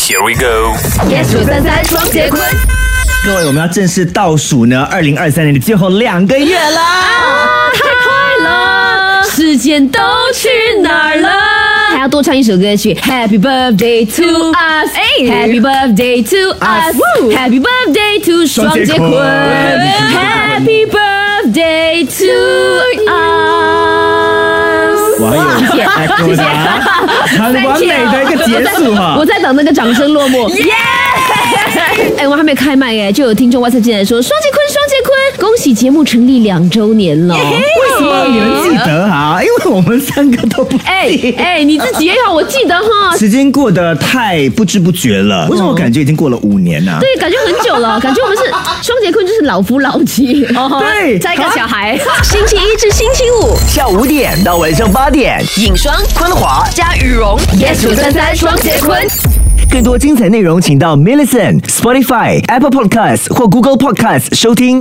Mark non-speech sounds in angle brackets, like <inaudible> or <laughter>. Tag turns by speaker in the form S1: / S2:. S1: Here we go！
S2: yes 九三三双节棍，
S3: 各位，我们要正式倒数呢，二零二三年的最后两个月啦。
S2: 太快了，时间都去哪儿了？还要多唱一首歌曲，Happy Birthday to us，Happy Birthday to us，Happy Birthday to 双节
S3: 双
S2: 棍
S3: 节棍
S2: ，Happy Birthday to us。
S3: 网友
S2: 谢谢
S3: ，echo 的啊， <laughs> 很完美的一个结束哈、
S2: 我在等那个掌声落幕。耶！哎，我还没有开麦哎，就有听众哇塞进来说：“双节坤，双节坤，恭喜节目成立两周年了。”
S3: 为什么你 <laughs> 能记得啊？因为我们三个都不
S2: 哎
S3: 记得。
S2: 哎，你自己也好，我记得哈。
S3: 时间过得太不知不觉了，为什么我感觉已经过了五年啊呢、
S2: 嗯对，感觉很久了，感觉我们是双节棍，就是老夫老妻， <laughs>
S3: 对
S2: 再一个小孩。
S3: <laughs>
S4: 星期一至星期五，
S5: 下午五点到晚上八点，
S4: 影双
S5: 昆华。
S4: 加羽绒。
S2: yes 九三三双节棍。
S5: 更多精彩内容，请到 Millison、Spotify、Apple Podcasts 或 Google Podcasts 收听。